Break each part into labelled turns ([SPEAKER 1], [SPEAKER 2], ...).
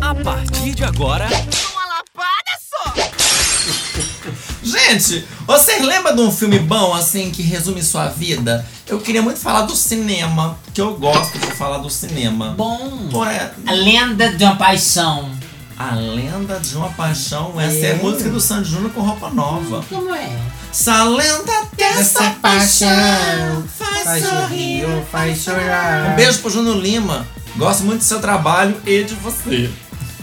[SPEAKER 1] A partir de agora.
[SPEAKER 2] Uma lapada só!
[SPEAKER 3] Gente, vocês lembram de um filme bom, assim, que resume sua vida? Eu queria muito falar do cinema, que eu gosto de falar do cinema.
[SPEAKER 4] Bom.
[SPEAKER 3] Por é,
[SPEAKER 4] A lenda de uma paixão.
[SPEAKER 3] a lenda de uma paixão, essa é,
[SPEAKER 4] É.
[SPEAKER 3] a música do Sandy Júnior com roupa nova.
[SPEAKER 4] Como é?
[SPEAKER 3] Essa lenda dessa
[SPEAKER 5] Essa
[SPEAKER 3] paixão
[SPEAKER 5] paixão
[SPEAKER 3] faz,
[SPEAKER 5] Faz
[SPEAKER 3] sorrir.
[SPEAKER 5] sorrir ou faz chorar.
[SPEAKER 3] Um beijo pro Júnior Lima. Gosto muito do seu trabalho e de você.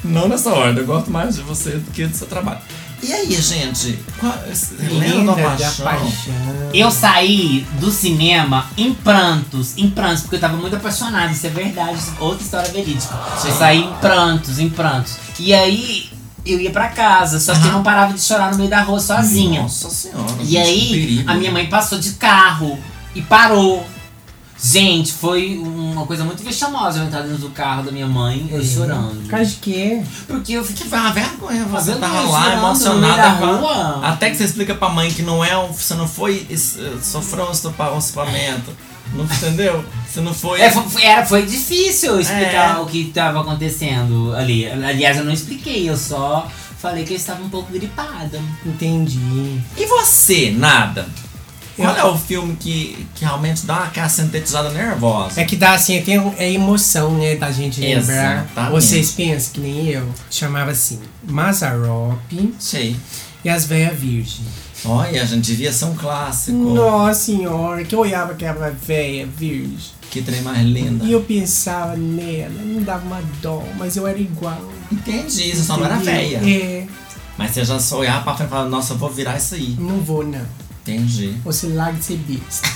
[SPEAKER 3] Não nessa ordem, eu gosto mais de você do que do seu trabalho. E aí, gente? Qual, lenda
[SPEAKER 5] Linda
[SPEAKER 3] da
[SPEAKER 5] de
[SPEAKER 3] paixão?
[SPEAKER 4] Eu saí do cinema em prantos, em prantos, porque eu tava muito apaixonado, isso é verdade, isso é outra história verídica. Eu saí em prantos, em prantos. E aí eu ia pra casa, só que eu não parava de chorar no meio da rua sozinha.
[SPEAKER 3] Nossa senhora. gente,
[SPEAKER 4] E
[SPEAKER 3] que
[SPEAKER 4] aí,
[SPEAKER 3] perigo.
[SPEAKER 4] a minha mãe passou de carro e parou. Gente, foi uma coisa muito vexamosa eu entrar dentro do carro da minha mãe,
[SPEAKER 3] É.
[SPEAKER 4] eu chorando.
[SPEAKER 5] Caixa de quê?
[SPEAKER 4] Porque eu
[SPEAKER 3] Que
[SPEAKER 4] fiquei
[SPEAKER 3] foi uma vergonha, você
[SPEAKER 4] Fazendo
[SPEAKER 3] tava
[SPEAKER 4] isso,
[SPEAKER 3] lá
[SPEAKER 4] chorando no
[SPEAKER 3] emocionada.
[SPEAKER 4] meio da
[SPEAKER 3] com a-
[SPEAKER 4] rua.
[SPEAKER 3] Até que você explica pra mãe que não é um. Você não foi. es- eh, Sofreu um estupa- um estupamento. Não entendeu? Você não foi. assim.
[SPEAKER 4] É, foi, era, foi difícil eu explicar
[SPEAKER 3] É.
[SPEAKER 4] o que estava acontecendo ali. Aliás, eu não expliquei, eu só falei que eu estava um pouco gripada.
[SPEAKER 5] Entendi.
[SPEAKER 3] E você, nada? Qual
[SPEAKER 5] Eu-
[SPEAKER 3] é o filme que, que realmente dá aquela sintetizada nervosa?
[SPEAKER 5] É que dá assim, tem é emoção, né, da gente lembrar.
[SPEAKER 3] Exatamente.
[SPEAKER 5] Vocês pensam que nem eu? Chamava assim, Mazarope
[SPEAKER 3] Sei.
[SPEAKER 5] e as velhas virgens.
[SPEAKER 3] Olha, gente, devia ser um clássico.
[SPEAKER 5] Nossa senhora, que eu olhava aquela velha virgem.
[SPEAKER 3] Que trem mais lindo.
[SPEAKER 5] E eu pensava nela, me dava uma dó, mas eu era igual.
[SPEAKER 3] Entendi, você só não era
[SPEAKER 5] Entendeu?
[SPEAKER 3] velha.
[SPEAKER 5] É,
[SPEAKER 3] Mas você já só olhava pra frente e falava, nossa, eu vou virar isso aí.
[SPEAKER 5] não vou não.
[SPEAKER 3] Entendi.
[SPEAKER 5] Você larga de ser besta.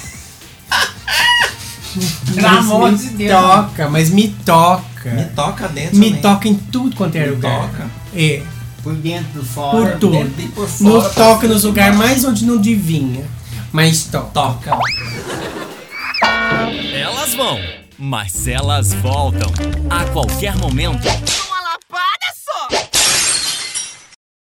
[SPEAKER 4] Pelo
[SPEAKER 5] Mas
[SPEAKER 4] amor
[SPEAKER 5] me
[SPEAKER 4] de Deus.
[SPEAKER 5] Toca, mas me toca.
[SPEAKER 3] Me toca dentro.
[SPEAKER 5] Me
[SPEAKER 3] né?
[SPEAKER 5] toca em tudo quanto é
[SPEAKER 3] Me
[SPEAKER 5] lugar.
[SPEAKER 3] toca.
[SPEAKER 5] É,
[SPEAKER 4] Por dentro, fora.
[SPEAKER 5] por
[SPEAKER 3] Por
[SPEAKER 5] tudo.
[SPEAKER 3] dentro e por fora.
[SPEAKER 5] Não toca nos lugares mais onde não adivinha. Mas toca.
[SPEAKER 3] Toca.
[SPEAKER 1] Elas vão, mas elas voltam. A qualquer momento.